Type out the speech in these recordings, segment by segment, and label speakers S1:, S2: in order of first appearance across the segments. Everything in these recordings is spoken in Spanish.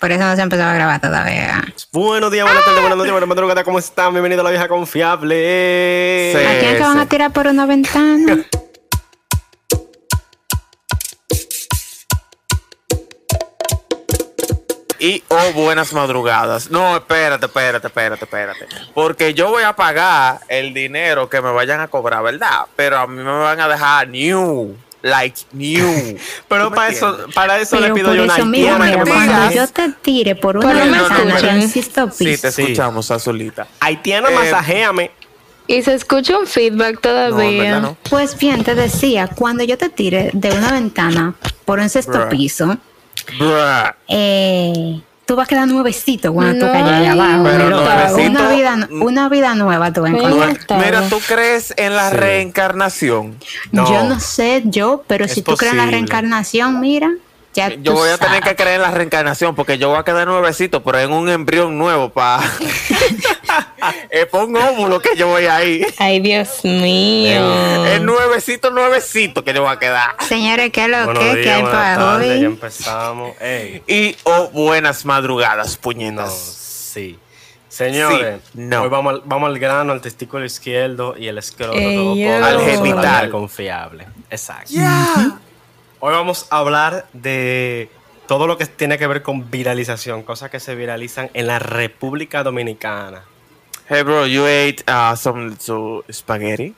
S1: Por eso no se ha empezado a grabar todavía.
S2: Buenos días, buenas
S1: Ah.
S2: tardes, buenas noches, buenas madrugadas, ¿cómo están? Bienvenido a la vieja confiable.
S1: ¿A quién es que van a tirar por una ventana?
S3: Y oh, buenas madrugadas. No, espérate, espérate, espérate, espérate. Porque yo voy a pagar el dinero que me vayan a cobrar, ¿verdad? Pero a mí me van a dejar new. Like new.
S2: Pero
S3: ¿Tú me
S2: para eso,
S3: entiendes?
S2: para eso le
S1: Pero
S2: pido
S1: por
S2: yo una
S1: eso mismo,
S2: haitiana que
S1: mira,
S2: me
S3: mentiras.
S1: cuando
S2: mande.
S1: yo te tire por una
S4: Por una
S1: ventana, yo
S4: ventana.
S1: insisto,
S3: Sí, te
S1: pis.
S2: Sí.
S3: escuchamos, Azulita.
S2: Haitiana,
S3: Eh,
S2: masajéame.
S4: Y se escucha un
S3: No,
S4: feedback
S3: en
S4: todavía.
S3: verdad no.
S1: Pues bien, te decía, cuando yo te tire de una ventana por un sexto
S3: Bruh.
S1: piso,
S3: Bruh.
S1: eh, tú vas a quedar nuevecito cuando tú
S4: No,
S1: caigas allá abajo.
S4: pero
S1: mi loca.
S3: nuevecito-
S1: una, vida,
S2: mm.
S1: una vida nueva tú vas a
S4: Bueno,
S1: encontrar.
S3: No es-
S4: todo.
S3: mira, ¿tú crees en la
S2: Sí.
S3: reencarnación?
S2: No.
S1: Yo no sé, yo, pero
S2: Es
S1: si tú crees en la
S2: posible.
S1: reencarnación, mira, ya
S3: Yo
S1: tú
S3: voy a tener que
S1: sabes.
S3: creer en la reencarnación porque yo voy a quedar nuevecito, pero en un embrión nuevo para... es por un óvulo que yo voy ahí.
S4: Ay, Dios mío.
S3: Es nuevecito, nuevecito que yo voy a quedar.
S1: Señores, ¿qué eh? es lo
S2: Buenos
S1: que,
S2: días,
S1: que hay
S2: buenas
S1: para
S2: tardes, ya
S1: hoy?
S2: empezamos. Ey,
S3: Y oh, buenas madrugadas,
S2: no,
S3: puñetas.
S2: sí. Señores,
S3: Sí, no.
S2: hoy vamos al, vamos al grano, al testículo izquierdo y el escroto
S4: Ey,
S2: todo
S4: yo.
S2: por
S4: Al
S3: genital.
S2: confiable. Exacto. Hoy vamos a hablar de todo lo que tiene que ver con viralización, cosas que se viralizan en la República Dominicana.
S3: Hey bro, you ate uh, some so, spaghetti?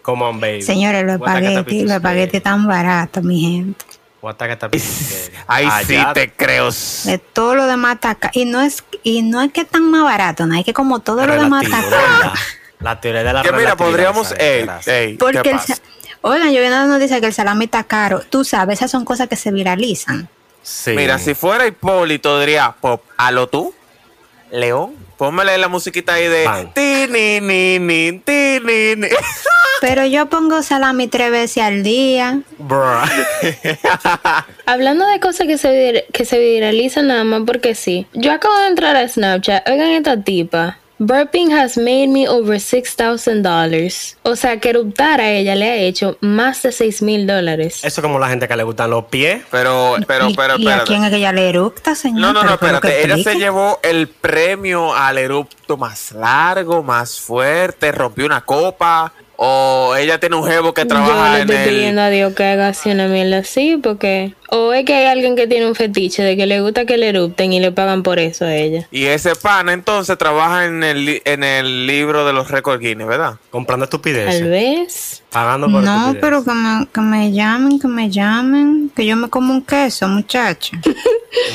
S2: Come on, baby.
S1: Señores, los
S2: What a catapult
S1: espaguetis, los
S2: is
S1: espaguetis
S2: baby.
S1: tan baratos, mi gente.
S2: What a catapult is baby.
S3: Ahí sí
S2: Allá-
S3: te creo.
S1: De todo lo demás está ca- Y no es, y no es que tan más barato, no es que como todo lo demás
S2: Relativo,
S1: está caro.
S2: ¿verdad? La teoría de la
S3: Que mira,
S2: relatividad,
S3: podríamos...
S2: ¿sabes?
S3: Ey,
S2: Gracias.
S3: ey, ¿qué
S1: Porque el
S3: pasa?
S1: sa- Oigan, yo vi una noticia que el salami está caro. Tú sabes, esas son cosas que se viralizan.
S2: Sí.
S3: Mira, si fuera Hipólito, diría, pop, lo tú, León, pónmele la musiquita ahí de...
S2: Pan.
S3: Ti, ni, ni, ni, ti, ni, ni.
S1: Pero yo pongo salami tres veces al día.
S2: Bruh.
S4: Hablando de cosas que se, vir- que se viralizan nada más porque sí. Yo acabo de entrar a Snapchat. Oigan esta tipa. Burping has made me over $6,000. O sea, que eruptar a ella le ha hecho más de $6,000 dólares.
S2: Eso como la gente que le gustan los pies.
S3: Pero, pero,
S1: ¿Y,
S3: pero,
S1: y a quién
S3: espérate.
S1: es que ya le eructa, señor?
S3: No, no,
S1: Pero,
S3: no,
S1: pero que
S3: espérate. Ella se
S1: explique.
S3: llevó el premio al erupto más largo, más fuerte, rompió una copa. O ella tiene un jevo que
S4: Yo
S3: trabaja
S4: le
S3: en
S4: estoy pidiendo
S3: el...
S4: a Dios que haga así una mierda así, porque. O es que hay alguien que tiene un fetiche de que le gusta que le erupten y le pagan por eso a ella.
S3: Y ese pan entonces trabaja en el, li- en el libro de los récords Guinness, ¿verdad?
S2: Comprando
S4: Tal
S2: estupideces.
S4: vez.
S2: Pagando por
S1: No,
S2: estupideces.
S1: pero que me, que me llamen, que me llamen, que yo me como un queso, muchacha.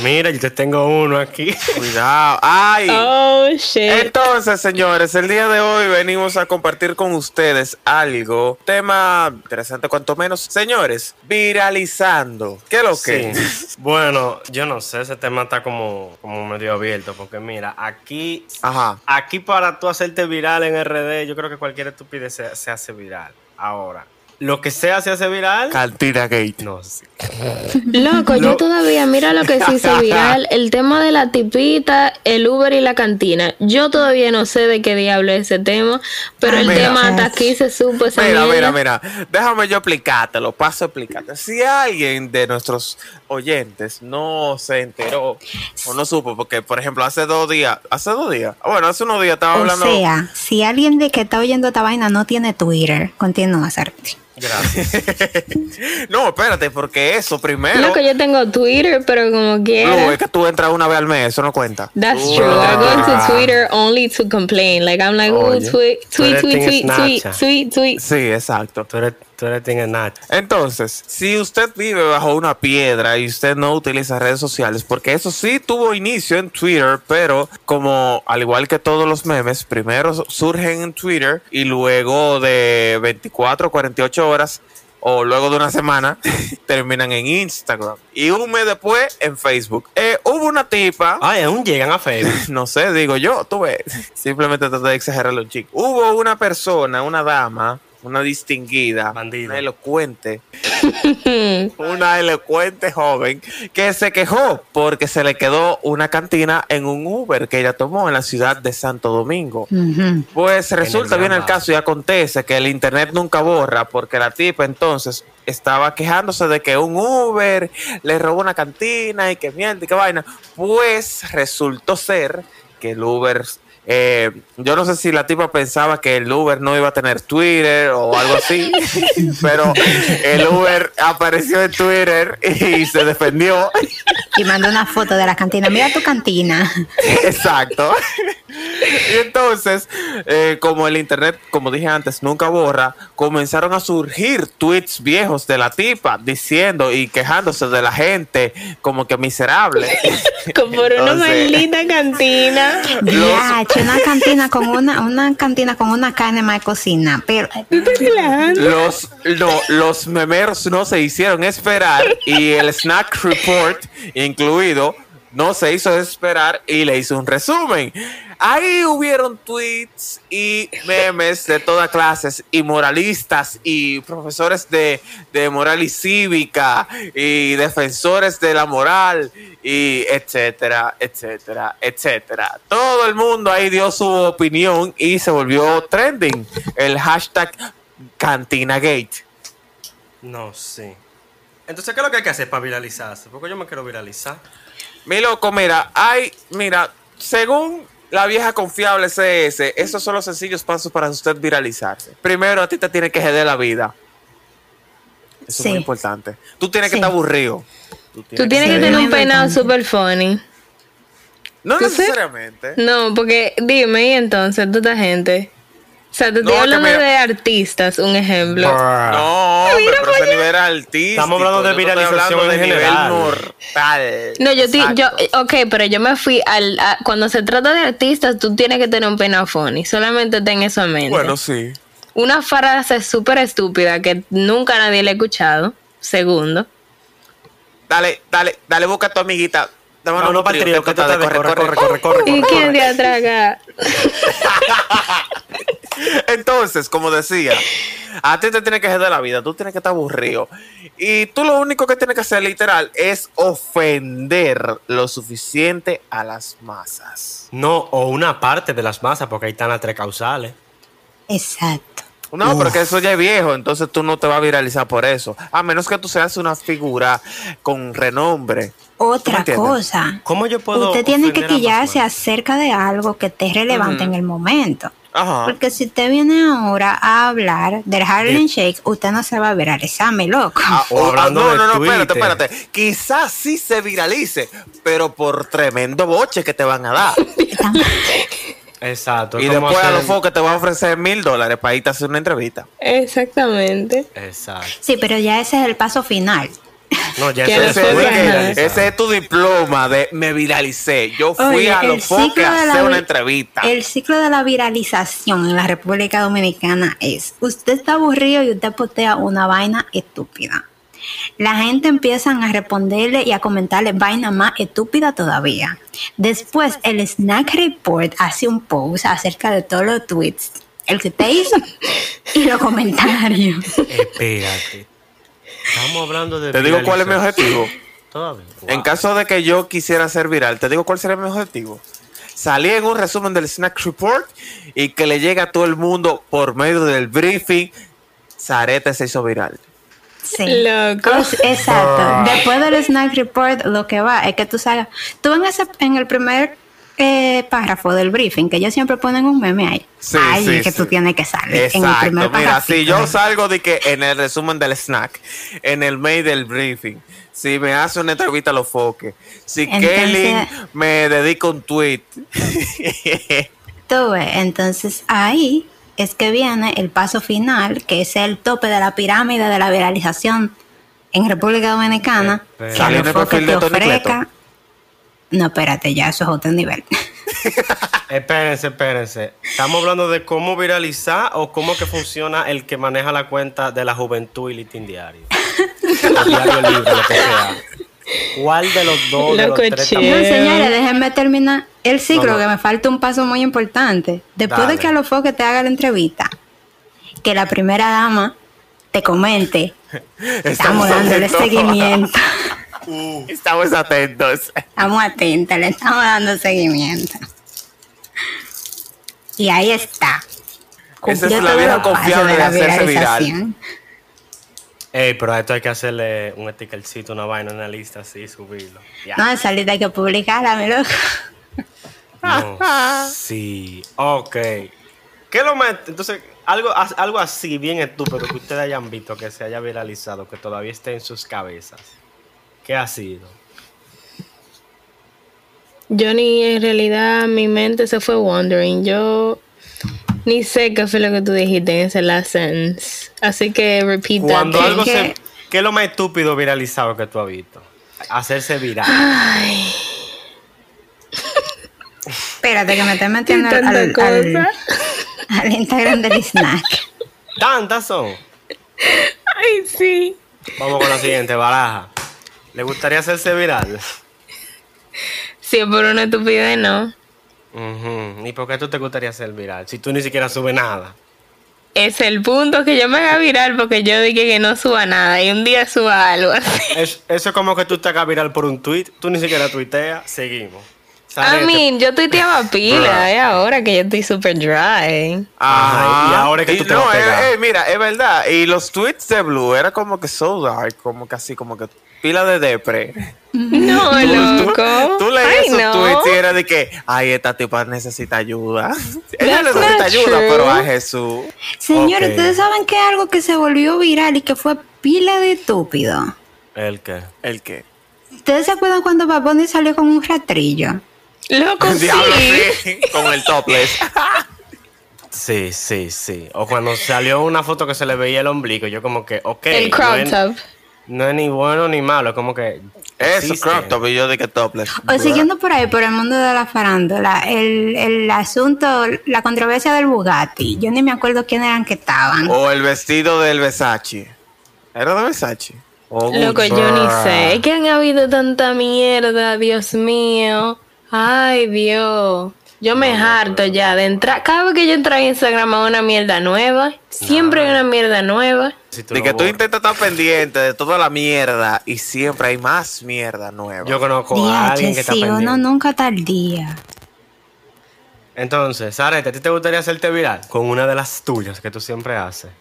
S2: Mira, yo te tengo uno aquí.
S3: Cuidado. ¡Ay!
S4: Oh shit.
S3: Entonces, señores, el día de hoy venimos a compartir con ustedes algo, tema interesante cuanto menos. Señores, viralizando. ¿Qué es lo que?
S2: Sí. Bueno, yo no sé, ese tema está como, como medio abierto, porque mira, aquí,
S3: Ajá.
S2: aquí para tú hacerte viral en RD, yo creo que cualquier estupidez se, se hace viral. Ahora, lo que sea se hace viral.
S3: Cantina Gate.
S2: No, sí.
S4: Loco,
S2: Lo-
S4: yo todavía, mira lo que se hizo viral, el tema de la tipita, el Uber y la cantina. Yo todavía no sé de qué diablo es ese tema, pero
S1: Ah,
S4: el
S3: mira.
S4: tema hasta aquí se supo esa
S3: Mira, mira,
S4: mierda.
S3: mira. Déjame yo explicártelo, paso a explicarte. Si alguien de nuestros oyentes no se enteró o no supo, porque, por ejemplo, hace dos días, hace dos días, Ah, bueno, hace unos días estaba
S1: O
S3: hablando.
S1: sea, si alguien de que está oyendo esta vaina no tiene Twitter, continúa, Sarti.
S2: Gracias.
S3: No, espérate, porque eso primero.
S4: Loco, yo tengo Twitter, pero como
S3: Blue, es
S4: quiera.
S3: que tú entras una vez al mes, eso no cuenta.
S4: That's
S3: Tú
S4: true. I go
S3: entras-
S4: into Twitter only to complain. Like I'm like, oh,
S2: Oye,
S4: tweet,
S2: tú
S4: tweet,
S2: eres
S4: tweet,
S2: team
S4: tweet, tweet,
S2: Snapchat.
S4: tweet, tweet.
S3: Sí, exacto.
S2: tú eres, tú eres Team Snatch.
S3: Entonces, si usted vive bajo una piedra y usted no utiliza redes sociales, porque eso sí tuvo inicio en Twitter, pero como al igual que todos los memes, primero surgen en Twitter y luego de 24, 48 horas o luego de una semana terminan en Instagram y un mes después en Facebook. Eh, hubo una tipa
S2: Ay, aún llegan a Facebook.
S3: no sé, digo yo, tú ves. Simplemente traté de exagerar los chicos. Hubo una persona, una dama, una distinguida,
S2: Bandida.
S3: una elocuente, una elocuente joven que se quejó porque se le quedó una cantina en un Uber que ella tomó en la ciudad de Santo Domingo.
S1: Ujú.
S3: Pues resulta
S2: el
S3: bien el
S2: Gran Valle.
S3: caso y acontece que el internet nunca borra porque la tipa entonces estaba quejándose de que un Uber le robó una cantina y que mierda y que vaina. Pues resultó ser que el Uber, eh, yo no sé si la tipa pensaba que el Uber no iba a tener Twitter o algo así, pero el Uber apareció en Twitter y se defendió.
S1: Y mandó una foto de la cantina. Mira tu cantina.
S3: Exacto. y entonces, eh, como el internet, como dije antes, nunca borra, comenzaron a surgir tweets viejos de la tipa diciendo y quejándose de la gente como que miserable.
S4: Como por una
S3: Entonces-
S4: maldita cantina.
S1: Ya, che, una cantina con una, una cantina con una carne más de cocina. Pero
S4: ¿Tú te relajas?
S3: Los, no, los memeros no se hicieron esperar y el snack report incluido no se hizo esperar y le hizo un resumen. Ahí hubieron tweets y memes de todas clases y moralistas y profesores de, de moral y cívica y defensores de la moral y etcétera, etcétera, etcétera. Todo el mundo ahí dio su opinión y se volvió trending el hashtag Cantina Gate.
S2: No, sí. Entonces, ¿qué es lo que hay que hacer para viralizarse? Porque yo me quiero viralizar.
S3: Mi loco, mira, hay, mira, según la vieja confiable CS, esos son los sencillos pasos para usted viralizarse. Primero, a ti te tiene que joder la vida. Eso es
S1: Sí.
S3: muy importante. Tú tienes que
S1: Sí.
S3: estar aburrido.
S4: Tú tienes que
S1: Sí.
S4: tener
S1: Muy
S4: un peinado
S1: importante.
S4: super funny.
S3: No
S4: ¿Tú sí?
S3: necesariamente.
S4: No, porque dime y entonces, toda gente. O sea,
S3: No,
S4: te estoy
S3: que Ah,
S4: hablando
S3: mira-
S4: de artistas, un ejemplo.
S2: No.
S3: No, hombre, pero ese nivel artístico.
S2: Ah. Estamos hablando de
S3: yo te estoy
S2: viralización
S3: hablando
S2: en
S3: de nivel
S2: general.
S3: mortal.
S4: No, yo, ti- yo,
S3: Exacto.
S4: ok, pero yo me fui al, a- cuando se trata de artistas, tú tienes que tener un peinado funny, solamente ten eso en mente.
S3: Bueno, sí.
S4: Una frase súper estúpida que nunca nadie le ha escuchado, segundo.
S3: Dale, dale, dale, busca a tu amiguita. Dame
S2: No, no, para el trío, que tú te corre, corre, corre, corre, corre,
S4: ¿Y
S2: corre,
S4: quién te
S2: corre.
S4: atraga?
S3: Entonces, como decía, a ti te tiene que joder la vida, tú tienes que estar aburrido. Y tú lo único que tienes que hacer literal es ofender lo suficiente a las masas.
S2: No, o una parte de las masas, porque ahí están las tres causales.
S1: exacto.
S3: No, porque eso ya es viejo, entonces tú no te vas a viralizar por eso. A menos que tú seas una figura con renombre.
S1: Otra
S3: entiendes?
S1: cosa.
S2: ¿Cómo yo puedo
S1: usted tiene que
S2: ofender a ambas
S1: quillarse
S2: manos?
S1: acerca de algo que esté relevante en el momento.
S3: Ajá.
S1: Porque si usted viene ahora a hablar del Harlem Shake, usted no se va a ver al examen, loco.
S3: Ah,
S2: O
S3: ah,
S2: hablando
S3: no,
S2: de
S3: no, no, espérate,
S2: Twitter.
S3: espérate. Quizás sí se viralice, pero por tremendo boche que te van a dar.
S1: Están-
S2: Exacto.
S3: y
S2: ¿cómo
S3: después a
S2: hacer-
S3: los focos te van a ofrecer mil dólares para irte a hacer una entrevista.
S4: Exactamente.
S2: Exacto.
S1: Sí, pero ya ese es el paso final.
S2: No, ya
S4: Que
S2: eso
S4: a
S2: es
S4: los
S3: Ese,
S4: focos,
S3: es que-
S4: ajá.
S2: viralizar.
S3: ese es tu diploma de me viralicé. Yo fui
S1: Oye,
S3: a
S1: el
S3: los focos
S1: ciclo
S3: a
S1: de la
S3: hacer una
S1: vi-
S3: entrevista.
S1: El ciclo de la viralización en la República Dominicana es, usted está aburrido y usted postea una vaina estúpida. La gente empiezan a responderle y a comentarle vaina más estúpida todavía. Después, el Snack Report hace un post acerca de todos los tweets, el que te hizo y los comentarios.
S2: Espérate. Estamos hablando de.
S3: Te digo cuál es mi
S2: viralización.
S3: objetivo.
S2: Todavía.
S3: En
S2: Wow.
S3: caso de que yo quisiera ser viral, te digo cuál sería mi objetivo. Salí en un resumen del Snack Report y que le llegue a todo el mundo por medio del briefing. Zarete se hizo viral.
S1: Sí.
S4: Loco.
S1: Pues, exacto. Después del Snack Report, lo que va es que tú salgas. Tú en, ese, en el primer eh, párrafo del briefing, que ellos siempre ponen un meme ahí.
S3: Sí,
S1: ahí
S3: sí,
S1: es que tú
S3: sí.
S1: tienes que salir. En el
S3: Exacto.
S1: primer
S3: Mira,
S1: párrafo.
S3: si yo salgo de que en el resumen del snack, en el mail del briefing, si me hace una entrevista a los foques, si
S1: Entonces-
S3: Kelly me dedica un tweet,
S1: Tú ves, entonces ahí es que viene el paso final, que es el tope de la pirámide de la viralización en República Dominicana.
S2: Espera.
S1: que
S3: Sale
S1: los
S3: en Este, el
S1: foques
S3: perfil
S1: te
S3: de Tony
S1: ofrezca-
S3: Cleto.
S1: No, espérate, ya eso es otro nivel.
S2: Espérense, espérense. Estamos hablando de cómo viralizar o cómo que funciona el que maneja la cuenta de la juventud y Litín Diario. O diario libre, lo que sea. ¿Cuál de los dos? de los
S4: Loco,
S2: tres
S4: che.
S1: No,
S2: estamos-
S4: Eh.
S1: señores, déjenme terminar el ciclo,
S2: No, no.
S1: que me falta un paso muy importante. Después
S2: Dale.
S1: de que a los foques te haga la entrevista, que la primera dama te comente. Estamos dándole
S3: atentos.
S1: seguimiento.
S3: Estamos atentos.
S1: Estamos atentas, le estamos dando seguimiento. Y ahí está.
S3: Esa
S1: Cumplió
S3: es la
S1: todos
S3: vieja
S1: los pasos
S3: confiable de hacerse viral.
S1: viralización.
S2: Ey, pero a esto hay que hacerle un stickercito, una vaina, una lista así, y subirlo. Ya.
S1: No, esa lista hay que publicarla, mi loco.
S2: No. Sí, ok. ¿Qué lo más? Entonces, algo, as- algo así, bien estúpido que ustedes hayan visto, que se haya viralizado, que todavía esté en sus cabezas. ¿Qué ha sido?
S4: Yo ni en realidad mi mente se fue wandering. Yo ni sé qué fue lo que tú dijiste en ese last sentence. Así que repeat that
S2: Cuando
S4: thing.
S2: algo
S1: que-
S2: se. ¿Qué es lo más estúpido viralizado que tú has visto? Hacerse viral.
S1: Espérate que me estoy
S4: Y
S1: metiendo al,
S4: tanta
S1: al-
S4: cosa.
S1: al- al Instagram del snack.
S2: Tantas son.
S4: Ay, sí.
S2: Vamos con la siguiente, baraja. ¿Le gustaría hacerse viral?
S4: Si es por una estupidez, no.
S2: Ujú. ¿Y por qué tú te gustaría hacer viral? Si tú ni siquiera subes nada.
S4: Es el punto que yo me haga viral porque yo dije que no suba nada y un día suba algo.
S2: Es- eso es como que tú te hagas viral por un tweet, tú ni siquiera tuiteas, seguimos. este-
S4: I
S2: Sarete.
S4: mean, yo tuiteaba pila, es ahora que yo estoy super dry.
S2: Ajá,
S3: Ajá.
S2: y ahora es que tú te vas a
S3: eh,
S2: pegar.
S3: eh, mira, es verdad. Y los tweets de Blue era como que so dark, como que así, como que pila de depre.
S4: No,
S3: Tú,
S4: loco.
S3: tú
S4: Ay,
S3: leías esos
S4: no.
S3: tweets y era de que, ay, esta tipa necesita ayuda. Ella
S4: That's
S3: necesita
S4: not
S3: ayuda,
S4: true.
S3: pero a Jesús.
S1: Señor,
S2: Ok.
S1: ¿ustedes saben que algo que se volvió viral y que fue pila de estúpido?
S2: ¿El qué?
S3: ¿El qué?
S1: ¿Ustedes se acuerdan cuando Bad Bunny salió con un rastrillo?
S4: Loco, sí.
S3: Diablo, sí. Con el topless.
S2: Sí, sí, sí. O cuando salió una foto que se le veía el ombligo, yo como que, ok.
S4: El
S2: no
S4: crop
S2: es-
S4: top.
S2: No es ni bueno ni malo, es como que.
S3: Eso,
S2: existe.
S3: crop top, y yo de que topless.
S1: O siguiendo por ahí, por el mundo de la farándula, el, el asunto, la controversia del Bugatti. Yo ni me acuerdo quién eran que estaban.
S3: O el vestido del Versace. ¿Era de Versace?
S2: Oh,
S3: O
S4: Loco, yo ni sé. Es que han habido tanta mierda, Dios mío. Ay, Dios. Yo me harto ya de entrar. Cada vez que yo entro a Instagram a una mierda nueva, siempre hay una mierda nueva.
S2: Si tú
S3: De
S2: lo
S3: que tú
S2: borras.
S3: intentas estar pendiente de toda la mierda y siempre hay más mierda nueva.
S2: Yo conozco a alguien que
S1: Diache,
S2: está
S1: sí,
S2: pendiente.
S1: uno nunca tardía.
S2: Entonces, Sarete, ¿a ti te gustaría hacerte viral? Con una de las tuyas que tú siempre haces.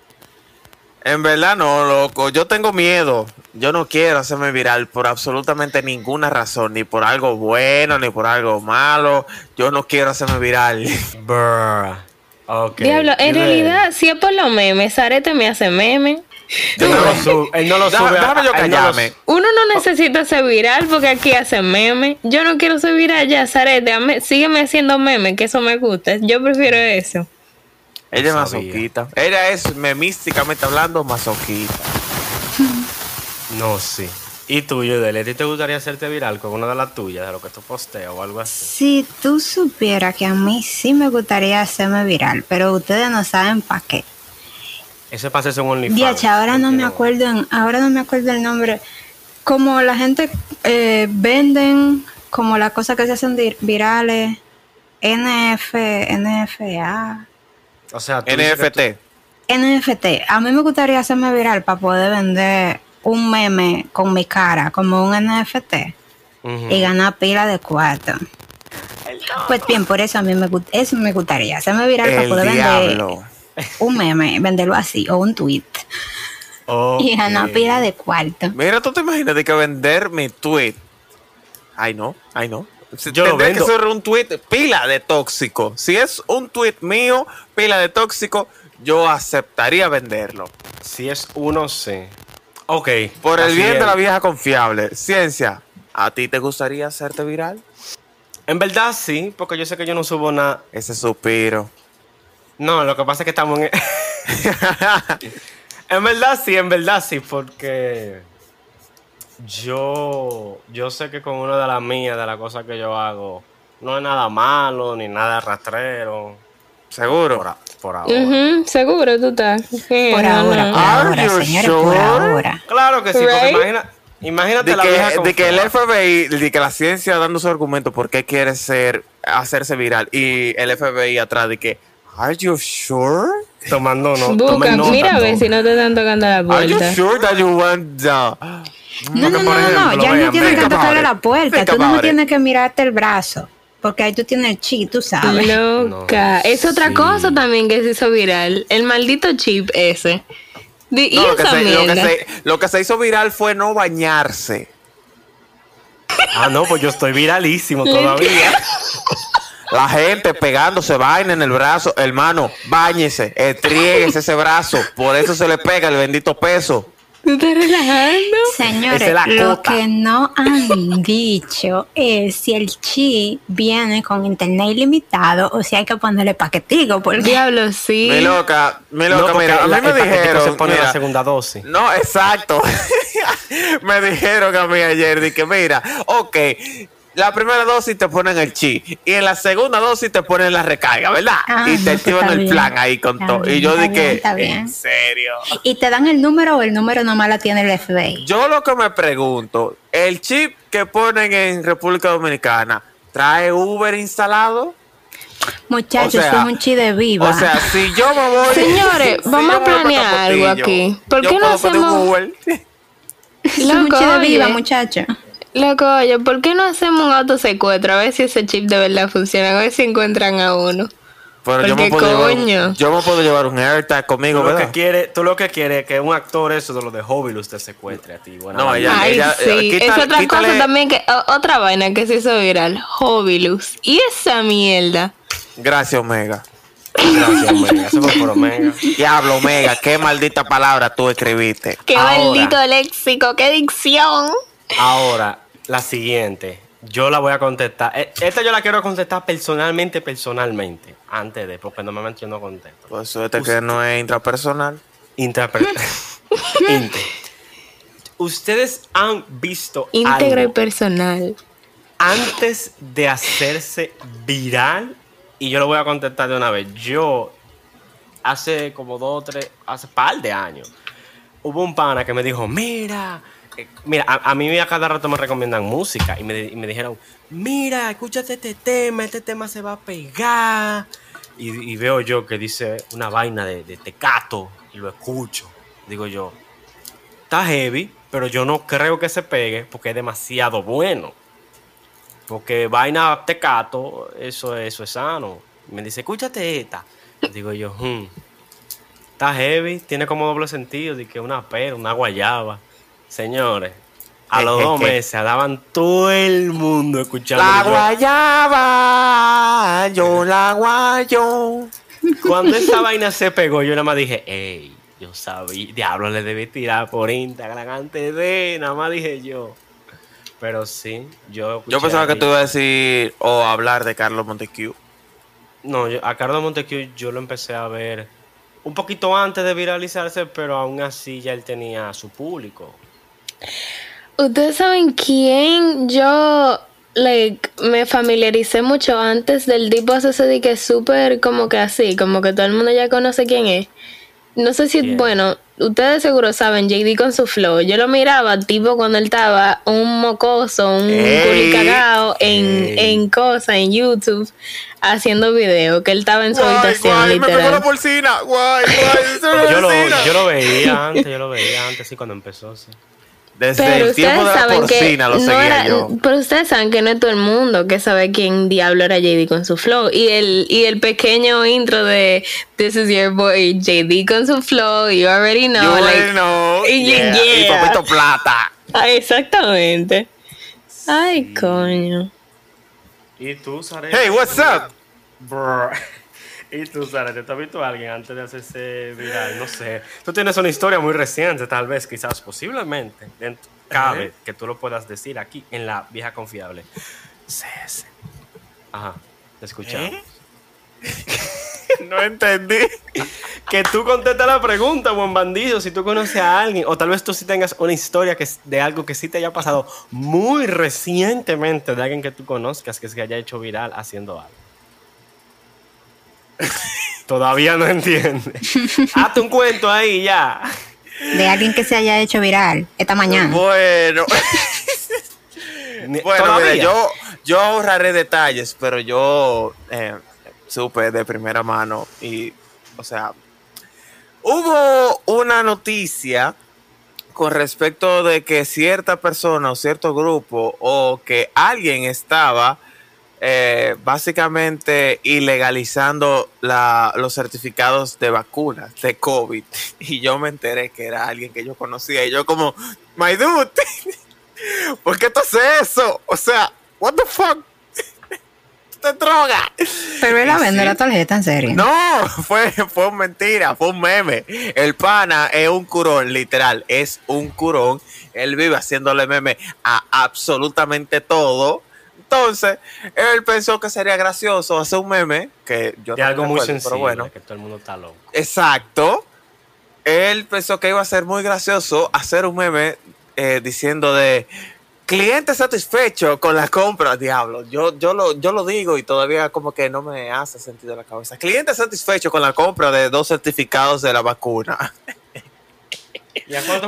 S3: En verdad no, loco. Yo tengo miedo. Yo no quiero hacerme viral por absolutamente ninguna razón, ni por algo bueno, ni por algo malo. Yo no quiero hacerme viral.
S2: Brr. Ok.
S4: Diablo,
S2: Dile-
S4: en realidad, si es por los memes, Zarete me hace meme.
S2: Él no lo sube. Él no lo
S3: Deja-
S2: sube. a-
S3: déjame yo
S2: él no lo
S3: callarme.
S4: Uno no necesita ser viral porque aquí hace meme. Yo no quiero ser viral ya, Zarete. hazme- Sígueme haciendo meme, que eso me gusta. Yo prefiero eso.
S3: Ella
S2: Sabía.
S3: es masoquita. Ella es memísticamente hablando masoquita.
S2: No, sí. ¿Y tú, Yudel, a ti te gustaría hacerte viral con una de las tuyas, de lo que tú posteas o algo así?
S1: Si tú supieras que a mí sí me gustaría hacerme viral, pero ustedes no saben para qué.
S2: Eso es para hacerse un OnlyFans.
S1: Diache, ahora no me
S2: Entiendo.
S1: acuerdo, en- ahora no me acuerdo el nombre. Como la gente eh, venden, como las cosas que se hacen vir- virales, NF, NFA,
S2: O sea, tú dices que tú-
S3: NFT.
S1: NFT. A mí me gustaría hacerme viral para poder vender un meme con mi cara, como un NFT,
S2: Ujú.
S1: y ganar pila de cuarto. Pues bien, por eso a mí me, gust- eso me gustaría, hacerme viral para
S3: El
S1: poder vender
S3: diablo.
S1: un meme, venderlo así, o un tweet,
S2: Ok.
S1: y ganar pila de cuarto.
S3: Mira, tú te imaginas de que vender mi tweet. Ay, no, ay, no. Si-
S2: Yo lo
S3: Tendría
S2: vendo.
S3: que ser un tweet pila de tóxico. Si es un tweet mío, pila de tóxico, yo aceptaría venderlo.
S2: Si es uno, sí. Ok.
S3: Por el
S2: así
S3: bien
S2: es.
S3: de la vieja confiable. Ciencia, ¿a ti te gustaría hacerte viral?
S2: En verdad, sí, porque yo sé que yo no subo nada.
S3: Ese suspiro.
S2: No, lo que pasa es que estamos en... en verdad, sí, en verdad, sí, porque... Yo... Yo sé que con una de las mías, de las cosas que yo hago, no es nada malo, ni nada rastrero.
S3: Seguro.
S2: Por, a- por ahora.
S4: Ujú, seguro tú estás. Sí,
S1: Por
S4: no,
S1: ahora,
S4: no.
S1: por
S3: Are
S1: ahora,
S3: you
S1: señores, por
S3: sure?
S1: ahora.
S2: Claro que sí, porque
S4: Right?
S2: imagina, imagínate
S3: De
S2: la vieja
S3: que, de que el
S2: confiable.
S3: FBI, de que la ciencia dando su argumento por qué quiere ser, hacerse viral y el FBI atrás de que, Are you sure?
S2: Tomando no.
S4: Busca,
S2: tomen nota,
S4: mira a ver
S2: no.
S4: si no te están tocando la
S3: Are you
S4: puerta.
S3: sure that you want the... ah,
S1: No, no,
S2: Porque,
S1: no,
S2: por
S1: no, no,
S2: ejemplo,
S1: ya
S2: vean,
S1: no tienes
S3: think
S1: que
S3: about
S1: tocarle
S3: it,
S1: la puerta,
S3: think
S1: tú no
S3: about it.
S1: tienes que mirarte el brazo, porque ahí tú tienes el chi, tú sabes.
S4: Loca.
S2: No,
S4: es otra
S2: sí.
S4: cosa también que se hizo viral. El maldito chip ese. Di- y
S3: No, lo, que
S4: esa
S3: se, lo, que
S4: mierda.
S3: se- lo que se hizo viral fue no bañarse.
S2: Ah, no, pues yo estoy viralísimo todavía.
S3: La gente pegándose vaina en el brazo. Hermano, bañese, estrieguese ese brazo. Por eso se le pega el bendito peso.
S4: ¿Tú estás relajando?
S1: Señores,
S2: Esa es la
S1: lo
S2: cota.
S1: que no han dicho es si el chi viene con internet ilimitado o si hay que ponerle paquetico, porque
S4: Diablo, sí.
S3: Mi loca, mi
S2: No,
S3: loca,
S2: porque
S3: mira, a
S2: la-
S3: mí me
S2: el paquetico
S3: dijeron.
S2: se pone
S3: mira,
S2: la segunda dosis.
S3: No, exacto. me dijeron a mí ayer de que mira, ok, la primera dosis te ponen el chi y en la segunda dosis te ponen la recarga, ¿verdad?
S1: Ah, no,
S3: y te
S1: pues
S3: activan
S1: está
S3: el
S1: bien.
S3: plan ahí con
S1: Está
S3: todo. Y
S1: bien,
S3: yo
S1: está bien,
S3: dije,
S1: está bien.
S3: ¿en serio?
S1: y te dan el número o el número nomás la tiene el FBI.
S3: Yo lo que me pregunto, el chip que ponen en República Dominicana, ¿trae Uber instalado?
S1: Muchachos,
S3: O sea,
S1: es un chi de viva.
S3: O sea, si yo me voy.
S4: Señores,
S3: si
S4: vamos
S3: yo
S4: a
S3: me voy para
S4: planear algo
S3: Capotillo,
S4: aquí. ¿Por
S3: yo
S4: qué no
S3: puedo poner un
S4: hacemos-
S3: Uber?
S1: es un
S4: Loco,
S1: chi de viva,
S4: oye.
S1: muchachos.
S4: Loco, oye, ¿por qué no hacemos un autosecuestro? A ver si ese chip de verdad funciona. A ver si encuentran a uno.
S3: Pero yo me,
S4: Porque,
S3: puedo llevar un-
S4: coño.
S3: yo me puedo llevar un AirTag
S2: Tú
S3: conmigo,
S2: lo, que
S3: ¿verdad?
S2: quiere, tú lo que quieres es que un actor eso de lo de Hobilus te secuestre a ti. Buena
S3: No,
S2: vaina.
S3: Ya,
S4: Ay,
S3: ya, ya,
S4: sí.
S3: quítale-
S4: es otra
S3: quítale-
S4: cosa también que... o- otra vaina que se hizo viral. Hobilus. Y esa mierda.
S3: Gracias, Omega.
S2: Gracias, Omega. Eso fue por Omega.
S3: Diablo, Omega, qué maldita palabra tú escribiste.
S4: Qué
S2: Ahora.
S4: maldito léxico. Qué dicción.
S2: Ahora, la siguiente. Yo la voy a contestar. Eh, Esta yo la quiero contestar personalmente, personalmente. Antes de, porque normalmente yo no contesto.
S3: Por suerte que no es intrapersonal.
S2: Interpre- Inte. Ustedes han visto
S4: Íntegro y
S2: algo
S4: personal.
S2: antes de hacerse viral. Y yo lo voy a contestar de una vez. Yo, hace como dos o tres, hace par de años, hubo un pana que me dijo, mira, eh, mira, a, a mí a cada rato me recomiendan música y me, di- y me dijeron, mira, escúchate este tema, este tema se va a pegar. Y, y veo yo que dice una vaina de, de tecato y lo escucho. Digo yo, está heavy, pero yo no creo que se pegue porque es demasiado bueno. Porque vaina tecato, eso, eso es sano. Me dice, escúchate esta. Digo yo, "Hmm, está heavy, tiene como doble sentido, de que una pera, una guayaba. Señores, a los dos meses andaban todo el mundo escuchando.
S3: La
S2: Yo,
S3: guayaba, yo la guayo.
S2: Cuando esa vaina se pegó, yo nada más dije, ey, yo sabía, diablo, le debí tirar por Instagram antes de, nada más dije yo. Pero sí, yo...
S3: Yo
S2: escuché
S3: pensaba
S2: a
S3: que
S2: Ricky.
S3: tú ibas a decir o hablar de Carlos Montesquieu.
S2: No, yo- a Carlos Montecchio yo lo empecé a ver un poquito antes de viralizarse, pero aún así ya él tenía su público.
S4: Ustedes saben quién yo like, me familiaricé mucho antes del tipo ese de que es súper como que así, como que todo el mundo ya conoce quién es. No sé si,
S2: ¿Quién?
S4: bueno, ustedes seguro saben, JD con su flow. Yo lo miraba, tipo, cuando él estaba un mocoso, un
S3: Ey.
S4: culicagao en,
S2: Ey.
S4: en cosas, en YouTube, haciendo video, que él estaba en su habitación, literal.
S3: porcina. Guay, guay,
S2: Yo lo, yo lo veía antes, yo lo veía antes, sí, cuando empezó. sí.
S3: Desde
S4: Pero
S3: el tiempo
S4: ustedes
S3: de la
S4: saben que
S3: porcina lo
S4: no
S3: seguía
S4: era-
S3: yo.
S4: pero ustedes saben que no es todo el mundo que sabe quién diablo era JD con su flow y el y el pequeño intro de This is your boy JD con su flow you already know,
S3: You
S4: like-
S3: already know.
S4: y-
S3: Yeah. Y
S4: yeah.
S3: Popito Plata.
S4: Ah, exactamente ay coño
S2: ¿Y tú, Sara?
S3: Hey, what's up?
S2: Brr. ¿Y tú, Sara? ¿Te has visto a alguien antes de hacerse viral? No sé. Tú tienes una historia muy reciente, tal vez, quizás, posiblemente. dentro- cabe que tú lo puedas decir aquí en la vieja confiable. CS. Ajá, te escuchamos.
S3: No entendí.
S2: Que tú contestas la pregunta, buen bandido, si tú conoces a alguien, o tal vez tú sí tengas una historia que, es- de algo que sí te haya pasado muy recientemente de alguien que tú conozcas que se haya hecho viral haciendo algo. Todavía no entiende. Hazte un cuento ahí ya.
S1: De alguien que se haya hecho viral esta mañana.
S3: Bueno.
S2: Ni-
S3: Bueno,
S2: todavía.
S3: mira, yo, yo ahorraré detalles, pero yo eh, supe de primera mano. Y, o sea, hubo una noticia con respecto de que cierta persona o cierto grupo o que alguien estaba eh, básicamente ilegalizando la- los certificados de vacunas de COVID. Y yo me enteré que era alguien que yo conocía. Y yo como, my dude, ¿por qué tú haces eso? O sea, what the fuck? te droga.
S1: Pero él la
S3: Sí.
S1: vende la tarjeta en serio.
S3: No, fue, fue un mentira, fue un meme. El pana es un curón, literal, es un curón. Él vive haciéndole meme a absolutamente todo. Entonces, él pensó que sería gracioso hacer un meme, que yo
S2: De
S3: no
S2: algo muy
S3: recuerdo,
S2: sencillo,
S3: pero bueno.
S2: que todo el mundo está loco.
S3: Exacto. Él pensó que iba a ser muy gracioso hacer un meme eh, diciendo de cliente satisfecho con la compra, diablo. Yo, yo, lo, yo lo digo y todavía como que no me hace sentido en la cabeza. Cliente satisfecho con la compra de dos certificados de la vacuna.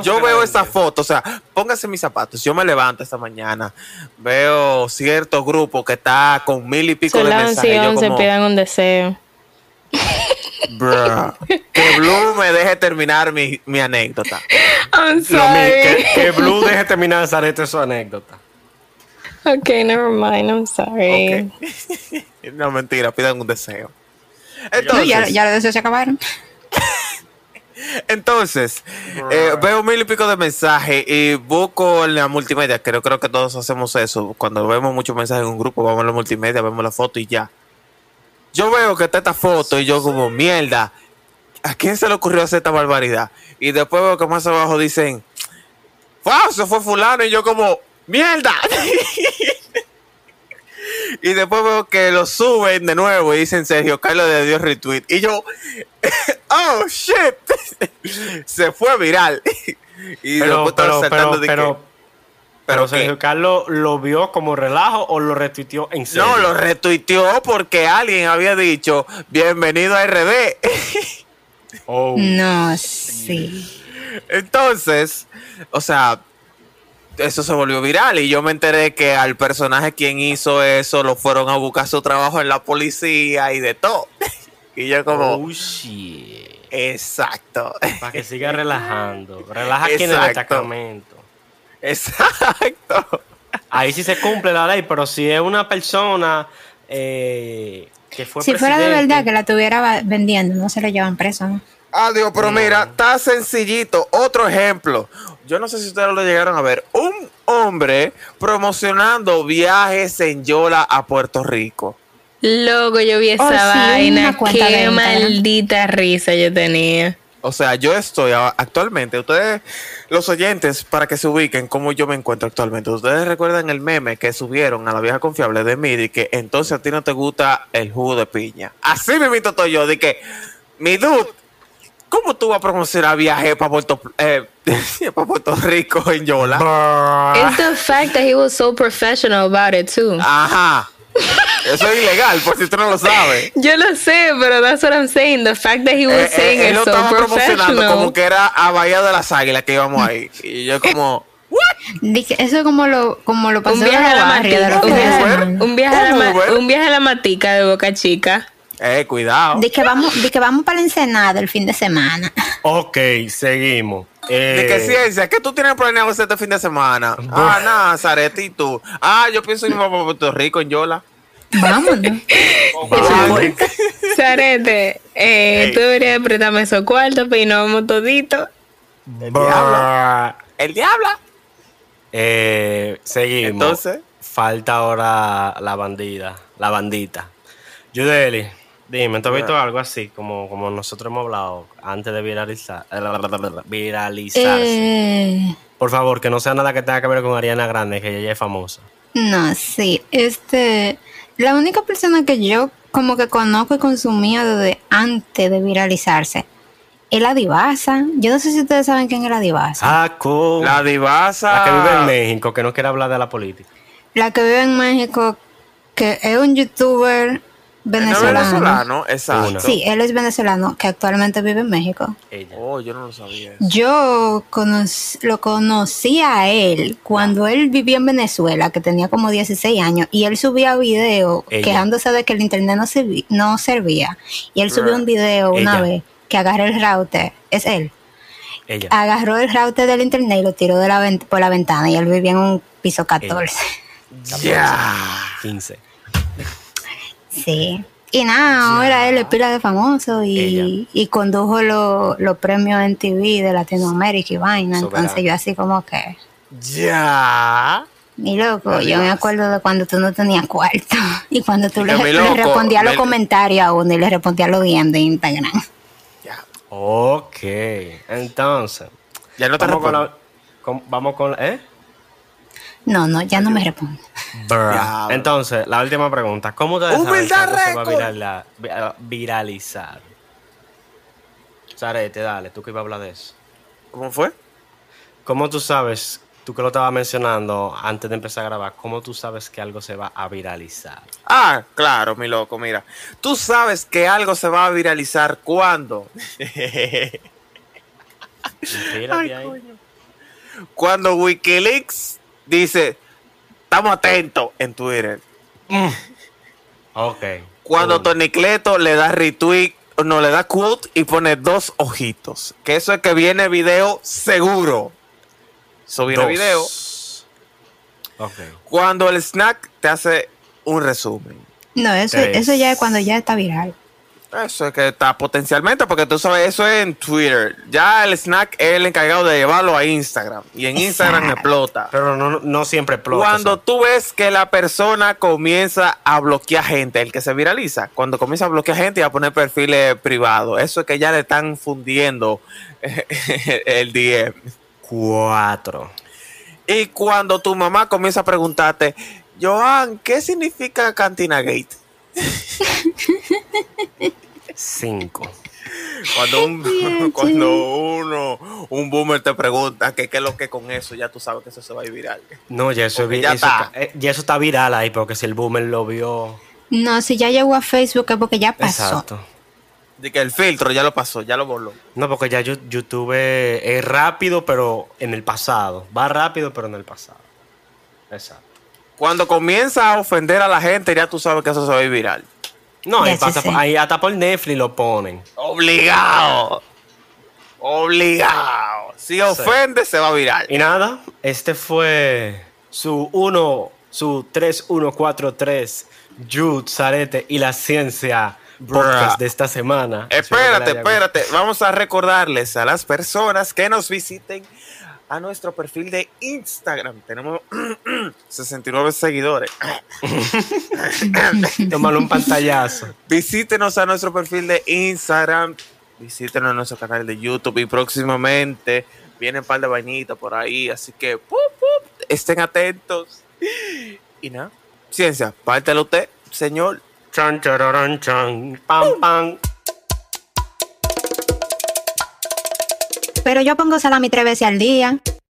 S3: Yo veo esa foto, o sea, póngase mis zapatos. Yo me levanto esta mañana, veo cierto grupo que está con mil y pico
S4: Son
S3: de
S4: las 11 y
S3: mensajes. Yo
S4: 11,
S3: como,
S4: pidan un deseo.
S3: "Bruh, que Blue me deje terminar mi, mi anécdota.
S2: Lo
S4: I'm
S2: mismo, que,
S4: sorry.
S2: que Blue deje terminar de Zarete su anécdota.
S4: Okay, never mind. I'm sorry.
S3: Ok. no, mentira, pidan un deseo.
S1: Uy, ya,
S3: Entonces,
S1: ya los deseos se acabaron.
S3: entonces, eh, veo mil y pico de mensajes y busco en la multimedia, que yo creo que todos hacemos eso. Cuando vemos muchos mensajes en un grupo, vamos a la multimedia, vemos la foto y ya. Yo veo que está esta foto y yo como, mierda, ¿a quién se le ocurrió hacer esta barbaridad? Y después veo que más abajo dicen, falso, fue fulano y yo como, mierda. Y después veo que lo suben de nuevo y dicen Sergio Carlos de Dios retweet. Y yo, oh shit, se fue viral. Y
S2: Pero,
S3: después
S2: pero,
S3: estaba saltando
S2: pero,
S3: de que,
S2: pero,
S3: pero
S2: pero
S3: ¿qué?
S2: Sergio Carlos lo vio como relajo o lo retuiteó en serio.
S3: No, lo retuiteó porque alguien había dicho, bienvenido a RD.
S2: Oh.
S1: No, sí.
S3: Entonces, o sea, eso se volvió viral y yo me enteré que al personaje quien hizo eso lo fueron a buscar su trabajo en la policía y de todo. Y yo como,
S2: Oh, shit.
S3: exacto.
S2: Para que siga relajando. Relaja aquí en el
S3: Exacto.
S2: destacamento.
S3: Exacto.
S2: Ahí sí se cumple la ley, pero si es una persona eh, que fue
S1: Si fuera de
S2: presidente-
S1: verdad que la estuviera va- vendiendo, no se lo llevan preso, ¿no?
S3: Adiós, Ah, pero mira, está sencillito. Otro ejemplo. Yo no sé si ustedes lo llegaron a ver. Un hombre promocionando viajes en Yola a Puerto Rico.
S4: Loco, yo vi esa
S1: Oh, sí,
S4: vaina.
S1: una cuenta de
S4: Qué
S1: Instagram.
S4: maldita risa yo tenía.
S3: O sea, yo estoy a- actualmente, ustedes, los oyentes, para que se ubiquen cómo yo me encuentro actualmente. Ustedes recuerdan el meme que subieron a la vieja confiable de mí, de que entonces a ti no te gusta el jugo de piña. Así me estoy yo, de que, mi dude, ¿cómo tú vas a promocionar viaje para Puerto, eh, pa' Puerto Rico en Yola? Ah.
S4: It's the fact that he was so professional about it too.
S3: Ajá. Eso es ilegal, por si tú no lo sabes.
S4: Yo lo sé, pero that's what I'm saying. The fact that he was
S3: Eh,
S4: saying
S3: eh, él lo
S4: it's so
S3: estaba promocionando como
S4: professional.
S3: que era a Bahía de las Águilas que íbamos ahí. Y yo como...
S1: Di que Eso es como lo, como lo pasó
S4: Un viaje
S1: en
S4: a la
S1: los barrios de los
S4: matica. Un
S1: fines de
S4: viaje-
S1: semana.
S4: un viaje a la
S3: Un
S4: ma-
S3: Uber.
S4: un viaje a la matica de Boca Chica.
S3: Eh, cuidado.
S1: Di que vamos, di que vamos para el Ensenada el fin de semana.
S2: Ok, seguimos. Eh,
S3: ¿De qué ciencia? ¿Qué tú tienes planeado hacer este fin de semana? Ah, nada, Zarete y tú. Ah, yo pienso irme para Puerto Rico en Yola.
S1: Vámonos.
S2: vale.
S4: Sarete, eh,
S3: Oh, Ey.
S4: tú deberías prestarme esos cuartos, pero nos vamos todito.
S2: Brr.
S3: El diablo.
S2: Eh, seguimos.
S3: Entonces.
S2: Falta ahora la bandida, la bandita. Yudeli, dime, ¿tú has visto algo así como, como nosotros hemos hablado antes de viralizar, viralizarse?
S1: Eh,
S2: Por favor, que no sea nada que tenga que ver con Ariana Grande, que ella es famosa.
S1: no, sí. Este, la única persona que yo como que conozco y consumía desde antes de viralizarse es la divasa. Yo no sé si ustedes saben quién es la divasa.
S2: Saco.
S3: La
S2: La,
S3: divasa.
S2: que vive en México, que no quiere hablar de la política.
S1: La que vive en México, que es un youtuber
S3: Venezolano.
S1: venezolano.
S3: venezolano, exacto.
S2: Uno.
S1: Sí, él es venezolano que actualmente vive en México.
S2: Ella.
S3: Oh, yo no lo sabía.
S1: Yo conoc- lo conocí a él cuando él vivía en Venezuela, que tenía como 16 años, y él subía video
S2: Ella.
S1: quejándose de que el internet no, servi- no servía. Y él subió un video una
S2: Ella.
S1: vez que agarró el router, es él,
S2: Ella.
S1: agarró el router del internet y lo tiró de la vent- por la ventana y él vivía en un piso 14.
S3: Ya.
S2: 15.
S1: Sí. Y nada, ahora él es pila de famoso y,
S2: Ella.
S1: y condujo lo- los premios en TV de Latinoamérica y vaina.
S2: Soberano.
S1: Entonces yo así como que...
S3: Ya.
S1: Mi loco, yo me acuerdo de cuando tú no tenías cuarto y cuando tú
S3: Y
S1: le,
S3: que mi
S1: le
S3: loco,
S1: respondías los
S3: mi-
S1: comentarios a uno y le respondías los días de Instagram.
S3: Ya.
S2: Ok. Entonces.
S3: Ya no te
S2: vamos, con
S3: recuerdo.
S2: la, con- vamos con la- ¿Eh?
S1: No, no, ya no me responde.
S3: Ya, bro.
S2: Entonces, la última pregunta. ¿Cómo ustedes
S3: Humildad
S2: saben cuándo se va a
S3: récord.
S2: virala- vi- a viralizar? Sarete, dale, tú que ibas a hablar de eso.
S3: ¿Cómo fue?
S2: ¿Cómo tú sabes, tú que lo estabas mencionando antes de empezar a grabar, cómo tú sabes que algo se va a viralizar?
S3: Ah, claro, mi loco, mira. Tú sabes que algo se va a viralizar cuando.
S2: Tírate ahí.
S3: Cuando Wikileaks dice, estamos atentos en Twitter.
S2: Ok.
S3: Cuando
S2: Cool.
S3: Tony Cleto le da retweet, no le da quote y pone dos ojitos. Que eso es que viene video seguro. Eso viene
S2: Dos.
S3: video.
S2: Ok.
S3: Cuando el snack te hace un resumen.
S1: No, eso,
S2: Tres.
S1: eso ya es cuando ya está viral.
S3: Eso es que está potencialmente, porque tú sabes, eso es en Twitter. Ya el snack es el encargado de llevarlo a Instagram. Y en Instagram
S1: Exacto.
S3: explota.
S2: Pero no, no siempre explota.
S3: Cuando
S2: sí.
S3: tú ves que la persona comienza a bloquear gente, el que se viraliza, cuando comienza a bloquear gente y a poner perfiles privados, eso es que ya le están fundiendo eh, el DM.
S2: Cuatro.
S3: Y cuando tu mamá comienza a preguntarte, Joan, ¿qué significa Cantina Gate?
S2: Cinco.
S3: Cuando, un, cuando uno, un boomer te pregunta que qué es lo que con eso, ya tú sabes que eso se va a ir viral.
S2: No, ya eso, es
S3: Porque
S2: vi-
S3: ya
S2: eso
S3: está.
S2: eh, ya eso está viral ahí, porque si el boomer lo vio.
S1: No, si ya llegó a Facebook es porque ya pasó.
S2: Exacto.
S3: De que el filtro ya lo pasó, ya lo voló.
S2: No, porque ya Yu- YouTube es es rápido, pero en el pasado. Va rápido, pero en el pasado. Exacto.
S3: Cuando comienza a ofender a la gente, ya tú sabes que eso se va a ir viral.
S2: No, ahí,
S1: Ya, sí,
S2: pasa,
S1: sí.
S2: ahí hasta por Netflix lo ponen.
S3: Obligado. Obligado. Si ofende, se va a virar.
S2: Y nada, este fue su 1, su 3143, Jude, Zarete y la ciencia
S3: Bruh.
S2: podcast de esta semana. Espero que
S3: Espérate,
S2: le haya gustado.
S3: espérate. Vamos a recordarles a las personas que nos visiten a nuestro perfil de Instagram. Tenemos 69 seguidores.
S2: Tómale un pantallazo.
S3: Visítenos a nuestro perfil de Instagram. Visítenos a nuestro canal de YouTube. Y próximamente vienen un par de vainitas por ahí. Así que pup, pup, estén atentos. Y nada. Ciencia, pártelo usted, señor.
S2: Chan, chararán, chan, pam, pam.
S1: Pero yo pongo salami tres veces al día.